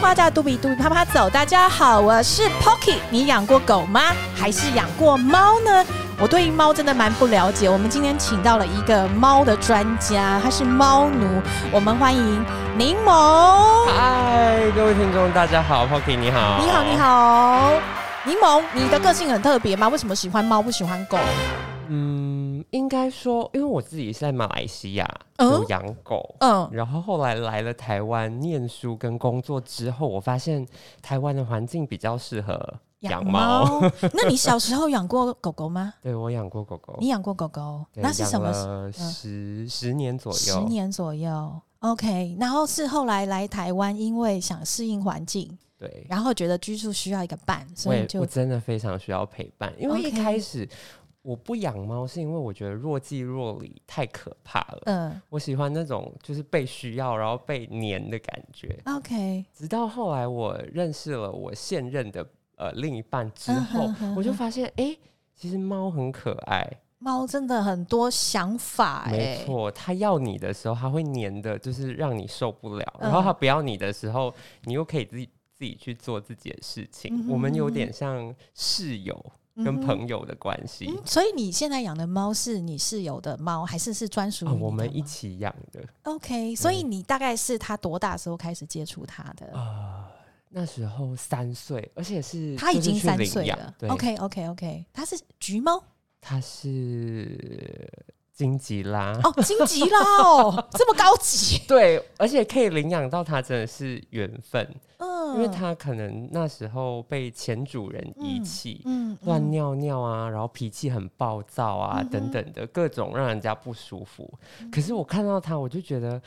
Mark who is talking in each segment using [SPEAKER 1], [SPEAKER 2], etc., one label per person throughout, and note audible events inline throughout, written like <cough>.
[SPEAKER 1] 花架杜比杜比啪啪走。大家好，我是 Pocky。你养过狗吗？还是养过猫呢？我对于猫真的蛮不了解。我们今天请到了一个猫的专家，他是猫奴。我们欢迎柠檬。
[SPEAKER 2] 嗨，各位听众，大家好，Pocky 你好，
[SPEAKER 1] 你好，你，好，柠檬，你的个性很特别吗？为什么喜欢猫不喜欢狗？
[SPEAKER 2] 嗯，应该说，因为我自己是在马来西亚
[SPEAKER 1] 嗯
[SPEAKER 2] 有养狗。
[SPEAKER 1] 嗯，
[SPEAKER 2] 然后后来来了台湾念书跟工作之后，我发现台湾的环境比较适合养猫。。
[SPEAKER 1] 那你小时候养过狗狗
[SPEAKER 2] <laughs>
[SPEAKER 1] 吗？
[SPEAKER 2] 对我养过狗狗，
[SPEAKER 1] 你养过狗狗，
[SPEAKER 2] 对
[SPEAKER 1] 那是什么
[SPEAKER 2] 养
[SPEAKER 1] 时？
[SPEAKER 2] 了十十年左
[SPEAKER 1] 十
[SPEAKER 2] 右，
[SPEAKER 1] 年左右。OK，然后是后来来台湾，因为想适应环境，
[SPEAKER 2] 对，
[SPEAKER 1] 然后觉得居住需要一个伴，
[SPEAKER 2] 我
[SPEAKER 1] 所以
[SPEAKER 2] 也
[SPEAKER 1] 就
[SPEAKER 2] 我真的非常需要陪伴，因为一
[SPEAKER 1] OK
[SPEAKER 2] 开始我不养猫，是因为我觉得若即若离太可怕了。
[SPEAKER 1] 嗯、
[SPEAKER 2] 我喜欢那种就是被需要，然后被黏的感觉。
[SPEAKER 1] OK，
[SPEAKER 2] 直到后来我认识了我现任的呃另一半之后，
[SPEAKER 1] 嗯哼哼
[SPEAKER 2] 我就发现哎、诶其实猫很可爱，
[SPEAKER 1] 猫真的很多想法哎、
[SPEAKER 2] 没错，它要你的时候，它会黏的，就是让你受不了；
[SPEAKER 1] 嗯
[SPEAKER 2] 然后它不要你的时候，你又可以自己自己去做自己的事情。
[SPEAKER 1] 嗯哼
[SPEAKER 2] 我们
[SPEAKER 1] 嗯
[SPEAKER 2] 有
[SPEAKER 1] 哼
[SPEAKER 2] 点像室友
[SPEAKER 1] 嗯
[SPEAKER 2] 跟
[SPEAKER 1] 哼
[SPEAKER 2] 朋友的关系。
[SPEAKER 1] 嗯所以你现在养的猫是你室友的猫，还是是专属于
[SPEAKER 2] 啊、
[SPEAKER 1] 你的
[SPEAKER 2] 我们一
[SPEAKER 1] 猫
[SPEAKER 2] 起养的，
[SPEAKER 1] OK，所以你大概是它多大时候开始接触它的？
[SPEAKER 2] 啊那时候三岁，而且是
[SPEAKER 1] 它已
[SPEAKER 2] 就是
[SPEAKER 1] 经
[SPEAKER 2] 去
[SPEAKER 1] 三
[SPEAKER 2] 领
[SPEAKER 1] 岁
[SPEAKER 2] 养
[SPEAKER 1] 了。
[SPEAKER 2] 对
[SPEAKER 1] OK OK OK，它是橘猫
[SPEAKER 2] 它是金吉拉。
[SPEAKER 1] 哦，金吉拉哦， <laughs> 这么高级，
[SPEAKER 2] 对，而且可以领养到它真的是缘分，
[SPEAKER 1] 嗯，
[SPEAKER 2] 因为它可能那时候被前主人遗
[SPEAKER 1] 嗯
[SPEAKER 2] 弃，
[SPEAKER 1] 嗯
[SPEAKER 2] 乱、
[SPEAKER 1] 嗯
[SPEAKER 2] 尿尿啊，然后脾气很暴躁啊，
[SPEAKER 1] 嗯哼嗯
[SPEAKER 2] 等等的各种让人家不舒服。可是我看到它，我就觉得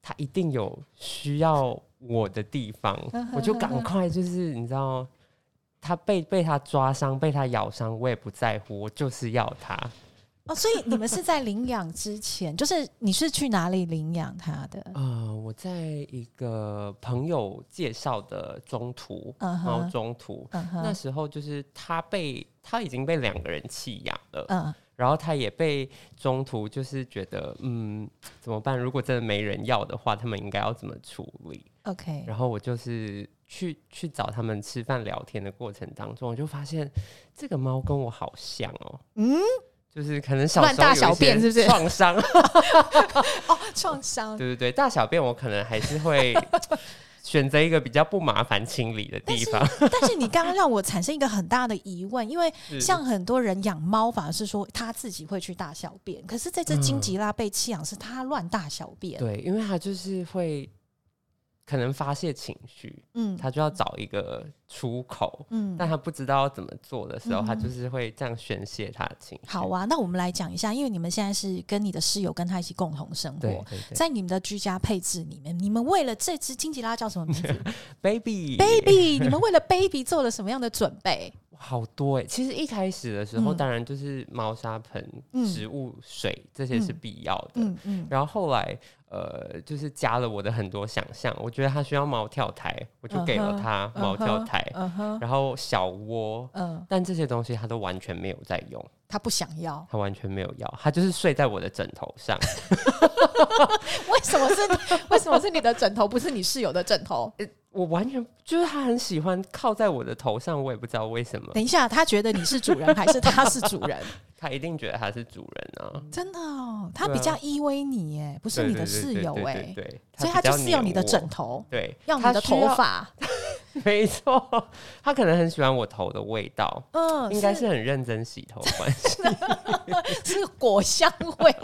[SPEAKER 2] 它一定有需要我的地方，
[SPEAKER 1] 嗯
[SPEAKER 2] 我就赶快就是你知道。它被被它抓伤，被它咬伤，我也不在乎，我就是要它。
[SPEAKER 1] 哦，所以你们是在领养之前， <laughs> 就是你是去哪里领养它的？
[SPEAKER 2] 呃，我在一个朋友介绍的中途，
[SPEAKER 1] 嗯
[SPEAKER 2] 猫、
[SPEAKER 1] 哼，
[SPEAKER 2] 中途，
[SPEAKER 1] 嗯
[SPEAKER 2] 哦那
[SPEAKER 1] 哼，
[SPEAKER 2] 时候就是他被他已经被两个人弃养了，
[SPEAKER 1] 嗯
[SPEAKER 2] 然后他也被中途就是觉得嗯怎么办？如果真的没人要的话，他们应该要怎么处理？
[SPEAKER 1] ，OK，
[SPEAKER 2] 然后我就是去去找他们吃饭聊天的过程当中，我就发现这个猫跟我好像哦，
[SPEAKER 1] 嗯，
[SPEAKER 2] 就是可能小
[SPEAKER 1] 乱
[SPEAKER 2] 时候
[SPEAKER 1] 大
[SPEAKER 2] 有一
[SPEAKER 1] 小便
[SPEAKER 2] 些
[SPEAKER 1] 是不是
[SPEAKER 2] 创伤？
[SPEAKER 1] 哦，创伤。
[SPEAKER 2] 对对对，大小便我可能还是
[SPEAKER 1] <laughs>
[SPEAKER 2] 会选择一个比较不麻烦清理的地方。
[SPEAKER 1] 但是你刚刚让我产生一个很大的疑问，因为
[SPEAKER 2] <laughs> 是
[SPEAKER 1] 像很多人养猫，反而是说他自己会去大小便，可是这只金吉拉被弃养是它乱大小便。
[SPEAKER 2] 对，因为它就是会可能发泄情绪，
[SPEAKER 1] 嗯
[SPEAKER 2] 它就要找一个出口，
[SPEAKER 1] 嗯，
[SPEAKER 2] 但它不知道要怎么做的时候，它
[SPEAKER 1] 嗯
[SPEAKER 2] 就是会这样宣泄它的情绪。
[SPEAKER 1] 好，啊，那我们来讲一下，因为你们现在是跟你的室友跟他一起共同生
[SPEAKER 2] 对
[SPEAKER 1] 活，
[SPEAKER 2] 对对
[SPEAKER 1] 在你们的居家配置里面，你们为了这只金吉拉叫什么名字？
[SPEAKER 2] ，baby
[SPEAKER 1] baby，你们为了 baby 做了什么样的准备？
[SPEAKER 2] 好多哎、其实一开始的时候，
[SPEAKER 1] 嗯
[SPEAKER 2] 当然就是猫砂盆、
[SPEAKER 1] 嗯
[SPEAKER 2] 植物水这些是
[SPEAKER 1] 嗯
[SPEAKER 2] 必要的。
[SPEAKER 1] <laughs> 嗯嗯，
[SPEAKER 2] 然后后来，呃，就是加了我的很多想象。我觉得它需要猫跳台，我就给
[SPEAKER 1] 嗯
[SPEAKER 2] 了
[SPEAKER 1] 哼
[SPEAKER 2] 它猫跳台。
[SPEAKER 1] 嗯哼，
[SPEAKER 2] 然后小窝，
[SPEAKER 1] 嗯，
[SPEAKER 2] 但这些东西它都完全没有在用。
[SPEAKER 1] 他不想要， <laughs>
[SPEAKER 2] 他完全没有要，他就是睡在我的枕头上。
[SPEAKER 1] 为什么是 <laughs> 为什么是你的枕头，不是你室友的枕头？
[SPEAKER 2] 我完全就是他很喜欢靠在我的头上，我也不知道为什
[SPEAKER 1] <laughs>
[SPEAKER 2] 么。
[SPEAKER 1] 等一下，他觉得你是主人还是他是主人？
[SPEAKER 2] 他一定觉得他是主人啊，
[SPEAKER 1] <laughs> 真的哦，他比较依偎你耶，不是你的室友
[SPEAKER 2] 对
[SPEAKER 1] 哎
[SPEAKER 2] 对，对对对对
[SPEAKER 1] 所以他就是要你的枕
[SPEAKER 2] 头，
[SPEAKER 1] 头，
[SPEAKER 2] 对，
[SPEAKER 1] 要你的头发，
[SPEAKER 2] 他需要， <laughs> 没错，他可能很喜欢我头的味道，
[SPEAKER 1] 嗯，
[SPEAKER 2] 应该是很认真洗头的关系。
[SPEAKER 1] 是果香味。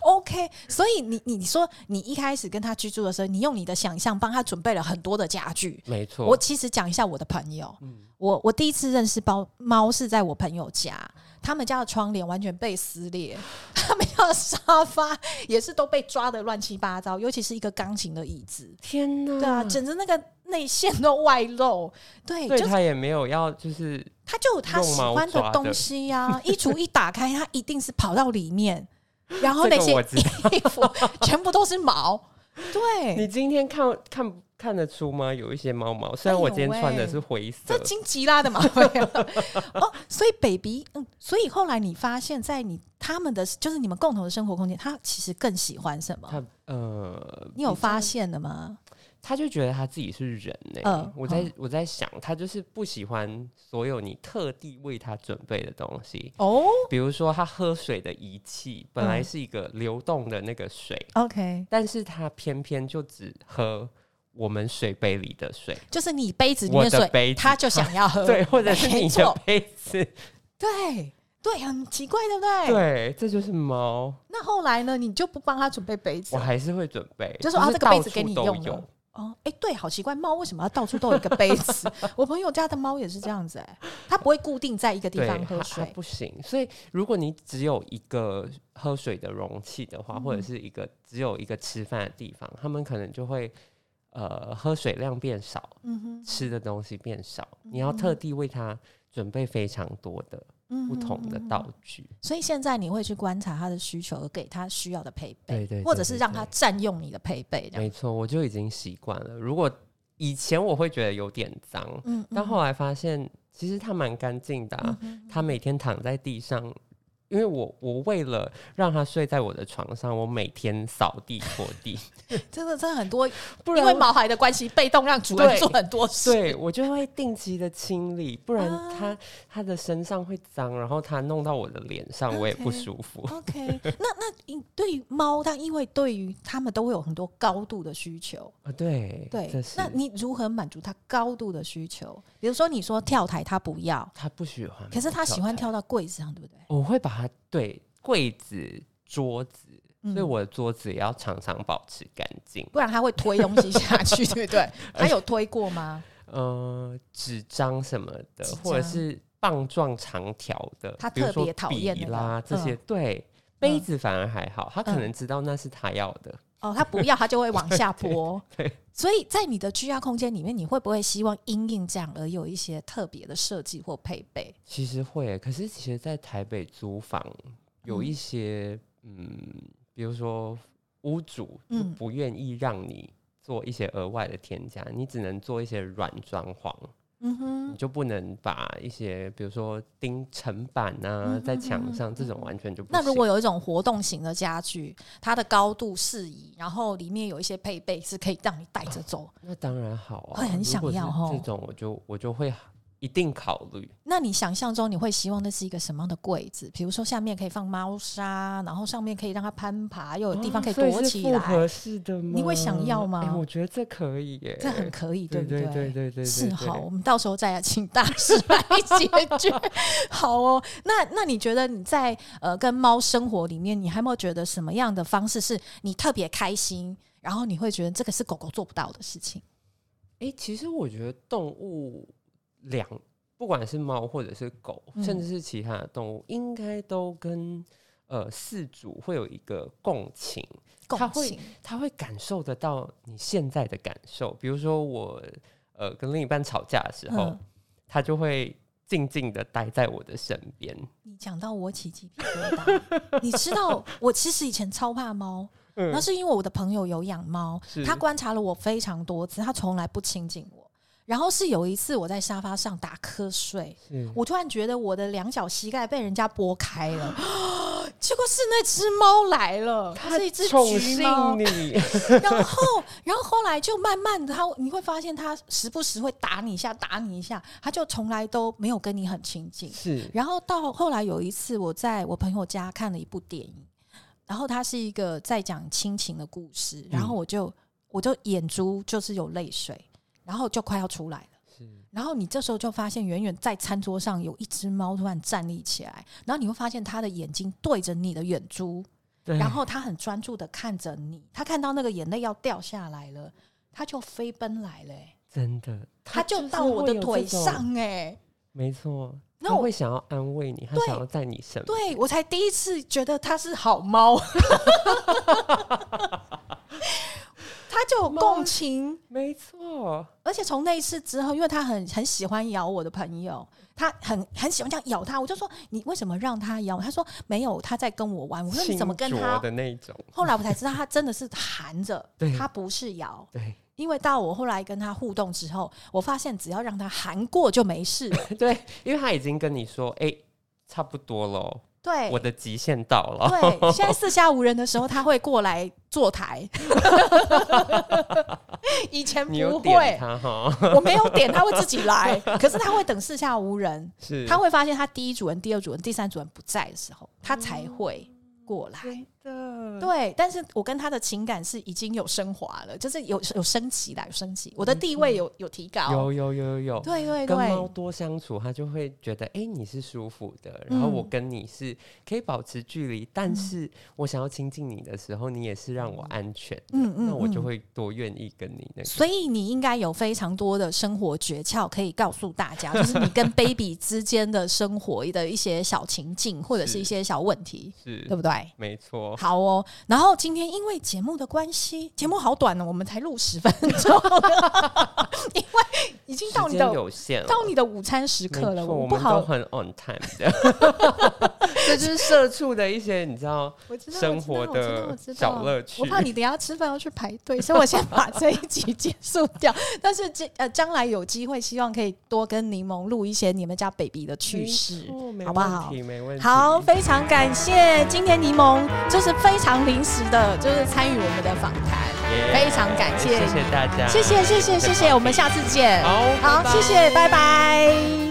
[SPEAKER 1] OK，所以你你你说你一开始跟他居住的时候，你用你的想象帮他准备了很多的家具，
[SPEAKER 2] 没
[SPEAKER 1] <laughs>
[SPEAKER 2] 错，嗯
[SPEAKER 1] 我其实讲一下我的朋友，我我第一次认识猫猫是在我朋友家，他们家的窗帘完全被撕裂， <laughs> 他们家的沙发 <laughs> 也是都被抓的乱七八糟，尤其是一个钢琴的椅子，
[SPEAKER 2] 天哪，
[SPEAKER 1] 对啊，整个那个内线都外露，对，
[SPEAKER 2] 对
[SPEAKER 1] 就是
[SPEAKER 2] 他也没有要，就是
[SPEAKER 1] 他就有他
[SPEAKER 2] 用
[SPEAKER 1] 喜
[SPEAKER 2] 毛
[SPEAKER 1] 欢的
[SPEAKER 2] 抓的 <laughs>
[SPEAKER 1] 东西呀、啊，衣橱一打开，他一定是跑到里面，然后那
[SPEAKER 2] 这
[SPEAKER 1] 些
[SPEAKER 2] 个我知道
[SPEAKER 1] 衣服全部都是毛，
[SPEAKER 2] <laughs>
[SPEAKER 1] 对，
[SPEAKER 2] 哎你今天看看看得出吗？有一些猫毛，虽然我今天穿的是灰色
[SPEAKER 1] 这，金吉拉的嘛，没有哦，所以 baby，嗯，所以后来你发现，在你他们的就是你们
[SPEAKER 2] 哦
[SPEAKER 1] 共同的生活空间，他其实更喜欢什么？
[SPEAKER 2] 他呃，
[SPEAKER 1] 你有发现了吗？
[SPEAKER 2] 他就觉得他自己是人呢、
[SPEAKER 1] 嗯
[SPEAKER 2] 我在
[SPEAKER 1] 嗯
[SPEAKER 2] 我在想，他就是不喜欢所有你特地为他准备的东西，
[SPEAKER 1] 哦
[SPEAKER 2] 比如说他喝水的仪器本来
[SPEAKER 1] 嗯
[SPEAKER 2] 是一个流动的那个水，
[SPEAKER 1] ，OK，
[SPEAKER 2] 但是他偏偏就只喝我们水杯里的水，
[SPEAKER 1] 就是你杯子里
[SPEAKER 2] 我
[SPEAKER 1] 面
[SPEAKER 2] 的
[SPEAKER 1] 水，
[SPEAKER 2] 杯子
[SPEAKER 1] 他就想要喝，
[SPEAKER 2] <laughs> 对，或者是
[SPEAKER 1] 没
[SPEAKER 2] 你的
[SPEAKER 1] 错
[SPEAKER 2] 杯子，
[SPEAKER 1] 对对，很奇怪，对不对？。
[SPEAKER 2] 对，这就是猫，
[SPEAKER 1] 那后来呢？你就不帮他准备杯子
[SPEAKER 2] 我
[SPEAKER 1] 了？
[SPEAKER 2] 还是会准备，
[SPEAKER 1] 就说啊
[SPEAKER 2] 是
[SPEAKER 1] 这个杯
[SPEAKER 2] 到
[SPEAKER 1] 子给
[SPEAKER 2] 处
[SPEAKER 1] 你
[SPEAKER 2] 都
[SPEAKER 1] 用了
[SPEAKER 2] 有
[SPEAKER 1] 哦，哎、对，好奇怪，猫为什么要到处都有一个杯子？
[SPEAKER 2] <laughs>
[SPEAKER 1] 我朋友家的猫也是这样子、哎，它不会固定在一个地
[SPEAKER 2] 对，
[SPEAKER 1] 方喝
[SPEAKER 2] 它它
[SPEAKER 1] 水。
[SPEAKER 2] 不行。所以如果你只有一个喝水的容器的
[SPEAKER 1] 嗯
[SPEAKER 2] 话，或者是一个只有一个吃饭的地方，他们可能就会呃喝水量变少，
[SPEAKER 1] 嗯哼，
[SPEAKER 2] 吃的东西变少。你要特地为它准备非常多的
[SPEAKER 1] 嗯
[SPEAKER 2] 不同的道
[SPEAKER 1] 理。
[SPEAKER 2] 具。
[SPEAKER 1] 所以现在你会去观察它的需求，给它需要的配备，
[SPEAKER 2] 对对对
[SPEAKER 1] 或者是让它
[SPEAKER 2] 对
[SPEAKER 1] 占用你的配备，这样。
[SPEAKER 2] 没错，我就已经习惯了。如果以前我会觉得有点脏，
[SPEAKER 1] 嗯，
[SPEAKER 2] 但后来发现其实它蛮干净的、啊。
[SPEAKER 1] 嗯嗯
[SPEAKER 2] 他每天躺在地上，因为我我为了让他睡在我的床上，我每天扫地拖地，
[SPEAKER 1] 嗯真的真的很多，
[SPEAKER 2] 不
[SPEAKER 1] 因
[SPEAKER 2] 然
[SPEAKER 1] 为
[SPEAKER 2] 我
[SPEAKER 1] 毛孩的关系，被动让主人
[SPEAKER 2] 对
[SPEAKER 1] 做很多事。
[SPEAKER 2] 对我就会定期的清理，不然
[SPEAKER 1] 啊
[SPEAKER 2] 他、他的身上会脏，然后他弄到我的脸上，我也
[SPEAKER 1] OK
[SPEAKER 2] 不舒服。
[SPEAKER 1] <laughs>
[SPEAKER 2] <laughs>
[SPEAKER 1] OK，那那你对于猫，它因为对于它们都会有很多高度的需求，
[SPEAKER 2] 啊，对
[SPEAKER 1] 对
[SPEAKER 2] 这，是
[SPEAKER 1] 那你如何满足它高度的需求？比如说你说跳台它不要，
[SPEAKER 2] 他不喜欢，
[SPEAKER 1] 可是它喜欢，跳到柜子上，对不对？
[SPEAKER 2] 我会把他对柜子、桌子，
[SPEAKER 1] 嗯
[SPEAKER 2] 所以我的桌子也要常常保持干净。
[SPEAKER 1] 不然它会推东西下去，对
[SPEAKER 2] <laughs>
[SPEAKER 1] 不对？它有推过吗？
[SPEAKER 2] 呃，纸张什么的
[SPEAKER 1] 纸，
[SPEAKER 2] 或者
[SPEAKER 1] 张
[SPEAKER 2] 是棒状长条的，
[SPEAKER 1] 他
[SPEAKER 2] 比如
[SPEAKER 1] 特
[SPEAKER 2] 说
[SPEAKER 1] 别讨厌
[SPEAKER 2] 笔
[SPEAKER 1] 那个
[SPEAKER 2] 啦这些，
[SPEAKER 1] 嗯
[SPEAKER 2] 对。杯子反而还好，他可
[SPEAKER 1] 嗯
[SPEAKER 2] 能知道那是他要的。
[SPEAKER 1] 哦，它不要，它就会往下拨。
[SPEAKER 2] <laughs> 对对
[SPEAKER 1] 所以在你的居家空间里面，你会不会希望因应这样而有一些特别的设计或配备？
[SPEAKER 2] 其实会耶，可是其实，在台北租房有一些，嗯比如说屋主就
[SPEAKER 1] 嗯
[SPEAKER 2] 不愿意让你做一些额外的添加，你只能做一些软装潢，
[SPEAKER 1] 嗯
[SPEAKER 2] 你
[SPEAKER 1] 哼，
[SPEAKER 2] 就不能把一些，比如说钉层板啊，
[SPEAKER 1] 嗯
[SPEAKER 2] 在
[SPEAKER 1] 嗯
[SPEAKER 2] 墙
[SPEAKER 1] 嗯
[SPEAKER 2] 上这种完全就不行。
[SPEAKER 1] 那如果有一种活动型的家具，它的高度适宜，然后里面有一些配备是可以让你带着走。
[SPEAKER 2] 那当然好啊，
[SPEAKER 1] 会很
[SPEAKER 2] 如
[SPEAKER 1] 想
[SPEAKER 2] 果是
[SPEAKER 1] 要吼
[SPEAKER 2] 这种，我就我就会一定考虑。
[SPEAKER 1] 那你想象中你会希望那是一个什么样的柜子？比如说下面可以放猫砂，然后上面可以让它攀爬，又有地方可以
[SPEAKER 2] 啊哦所
[SPEAKER 1] 躲
[SPEAKER 2] 是
[SPEAKER 1] 起
[SPEAKER 2] 复
[SPEAKER 1] 来，
[SPEAKER 2] 合式的吗？
[SPEAKER 1] 你会想要吗
[SPEAKER 2] 哎我觉得这可以耶，
[SPEAKER 1] 这很可以，
[SPEAKER 2] 对
[SPEAKER 1] 不
[SPEAKER 2] 对对对对，
[SPEAKER 1] 是
[SPEAKER 2] 对
[SPEAKER 1] 好，我。们到时候再来请大师来解决。 <laughs> 好哦，那那你觉得你在呃跟猫生活里面，你还有没有觉得什么样的方式是你特别开心，然后你会觉得这个是狗狗做不到的事情？
[SPEAKER 2] 哎、其实我觉得动物两，不管是猫或者是狗，
[SPEAKER 1] 嗯
[SPEAKER 2] 甚至是其他的动物，应该都跟呃饲主会有一个共情。
[SPEAKER 1] 共
[SPEAKER 2] 它会
[SPEAKER 1] 情
[SPEAKER 2] 他会感受得到你现在的感受。比如说我呃跟另一半吵架的时候，
[SPEAKER 1] 嗯
[SPEAKER 2] 他就会静静的待在我的身边。
[SPEAKER 1] 你讲到我起鸡皮疙
[SPEAKER 2] <laughs>
[SPEAKER 1] 瘩，你知道我其实以前超怕猫，
[SPEAKER 2] 嗯
[SPEAKER 1] 那是因为我的朋友有养猫，
[SPEAKER 2] 是
[SPEAKER 1] 他观察了我非常多次，他从来不亲近我。然后是有一次我在沙发上打瞌睡，
[SPEAKER 2] 是
[SPEAKER 1] 我突然觉得我的两脚膝盖被人家拨开了， <gasps> 结果是那只猫来了，它是一只
[SPEAKER 2] 宠
[SPEAKER 1] 橘
[SPEAKER 2] 幸
[SPEAKER 1] 猫。
[SPEAKER 2] 你，
[SPEAKER 1] <laughs> 然后，然后后来就慢慢的，它你会发现它时不时会打你一下，打你一下，它就从来都没有跟你很亲近。
[SPEAKER 2] <laughs> 是
[SPEAKER 1] 然后到后来有一次，我在我朋友家看了一部电影，然后它是一个在讲亲情的故事，然
[SPEAKER 2] 嗯
[SPEAKER 1] 后我就、我就眼珠就是有泪水，然后就快要出来了。 <laughs>
[SPEAKER 2] 是
[SPEAKER 1] 然后你这时候就发现，远远在餐桌上有一只猫突然站立起来，然后你会发现它的眼睛对着你的眼珠，
[SPEAKER 2] 对
[SPEAKER 1] 然后它很专注的看着你，它看到那个眼泪要掉下来了，它就飞奔来了、欸，
[SPEAKER 2] 真的，
[SPEAKER 1] 它
[SPEAKER 2] 就
[SPEAKER 1] 就是到我的
[SPEAKER 2] 会有
[SPEAKER 1] 腿
[SPEAKER 2] 这种，
[SPEAKER 1] 上、哎。
[SPEAKER 2] 没错。
[SPEAKER 1] 那
[SPEAKER 2] 他
[SPEAKER 1] 我
[SPEAKER 2] 会想要安慰你，他
[SPEAKER 1] 对
[SPEAKER 2] 想要在你身边。
[SPEAKER 1] 对我才第一次觉得它是好猫， <laughs> 它就有共情。
[SPEAKER 2] 没错，
[SPEAKER 1] 而且从那一次之后，因为它很很喜欢咬我的朋友，它很很喜欢这样咬它，我就说你为什么让它咬？他说没有，它在跟我玩。我说你怎么跟
[SPEAKER 2] 清浊
[SPEAKER 1] 它？
[SPEAKER 2] 的那种？
[SPEAKER 1] 后来我才知道，它真的是含着
[SPEAKER 2] <laughs> 对，
[SPEAKER 1] 它不是咬。
[SPEAKER 2] 对 <laughs>
[SPEAKER 1] 因为到我后来跟它互动之后，我发现只要让它含过就没事了。
[SPEAKER 2] <laughs> 对，因为他已经跟你说，哎、差不多了，
[SPEAKER 1] 对，
[SPEAKER 2] 我的哦极限到了。
[SPEAKER 1] 对，现在四下无人的时候，他会过来坐台。 <laughs> 以前
[SPEAKER 2] <laughs> 你有
[SPEAKER 1] 不
[SPEAKER 2] 点
[SPEAKER 1] 会，
[SPEAKER 2] 它哈，
[SPEAKER 1] 我没有点，它会自己来。可是它会等四下无人，
[SPEAKER 2] 是
[SPEAKER 1] 它会发现它第一主人、第二主人、第三主人不在的时候，它才会过来。
[SPEAKER 2] 的，
[SPEAKER 1] 对，但是我跟他的情感是已经有升华了，就是有有升级啦，有升级，我的地位有有提高。
[SPEAKER 2] 有有有有有，
[SPEAKER 1] 对对
[SPEAKER 2] 跟猫
[SPEAKER 1] 对，
[SPEAKER 2] 多相处，它就会觉得，哎、你是舒服的，然后
[SPEAKER 1] 嗯
[SPEAKER 2] 我跟你是可以保持距离，但是我想要亲近你的时候，你也是让我安全的，
[SPEAKER 1] 嗯嗯
[SPEAKER 2] 那我就
[SPEAKER 1] 嗯
[SPEAKER 2] 会多愿意跟你那个。
[SPEAKER 1] 所以你应该有非常多的生活诀窍可以告诉大
[SPEAKER 2] <laughs>
[SPEAKER 1] 家，就是你跟 baby 之间的生活的一些小情境或者是一些小问题，
[SPEAKER 2] 是
[SPEAKER 1] 对不对？
[SPEAKER 2] 没错，
[SPEAKER 1] 好哦，然后今天因为节目的关系，节目好短哦，我们才录十分钟，因为已经到
[SPEAKER 2] 时
[SPEAKER 1] 你
[SPEAKER 2] 间
[SPEAKER 1] 的
[SPEAKER 2] 有限了，哦
[SPEAKER 1] 到你的午餐时
[SPEAKER 2] 没
[SPEAKER 1] 刻了，
[SPEAKER 2] 错我
[SPEAKER 1] 不
[SPEAKER 2] 们都
[SPEAKER 1] 好，
[SPEAKER 2] 很 on time 的，这就是社畜的一些你知道
[SPEAKER 1] 我知道
[SPEAKER 2] 生活
[SPEAKER 1] 我知道我
[SPEAKER 2] 的
[SPEAKER 1] 知道
[SPEAKER 2] 小乐趣
[SPEAKER 1] 我。怕你等一下吃饭要去排队，所以我先把这一集结束掉。但是这呃，将来有机会，希望可以多跟柠檬录一些你们家 baby 的趣事。
[SPEAKER 2] 没
[SPEAKER 1] 好不好
[SPEAKER 2] 问题没问题。
[SPEAKER 1] 好，，非常感谢今天柠檬，就是非常临时的，就是参与我们的访谈，非常感谢
[SPEAKER 2] 谢谢大家，
[SPEAKER 1] 谢谢谢谢谢谢，我们下次见。
[SPEAKER 2] 好，
[SPEAKER 1] 好，
[SPEAKER 2] 拜拜
[SPEAKER 1] 谢谢，拜拜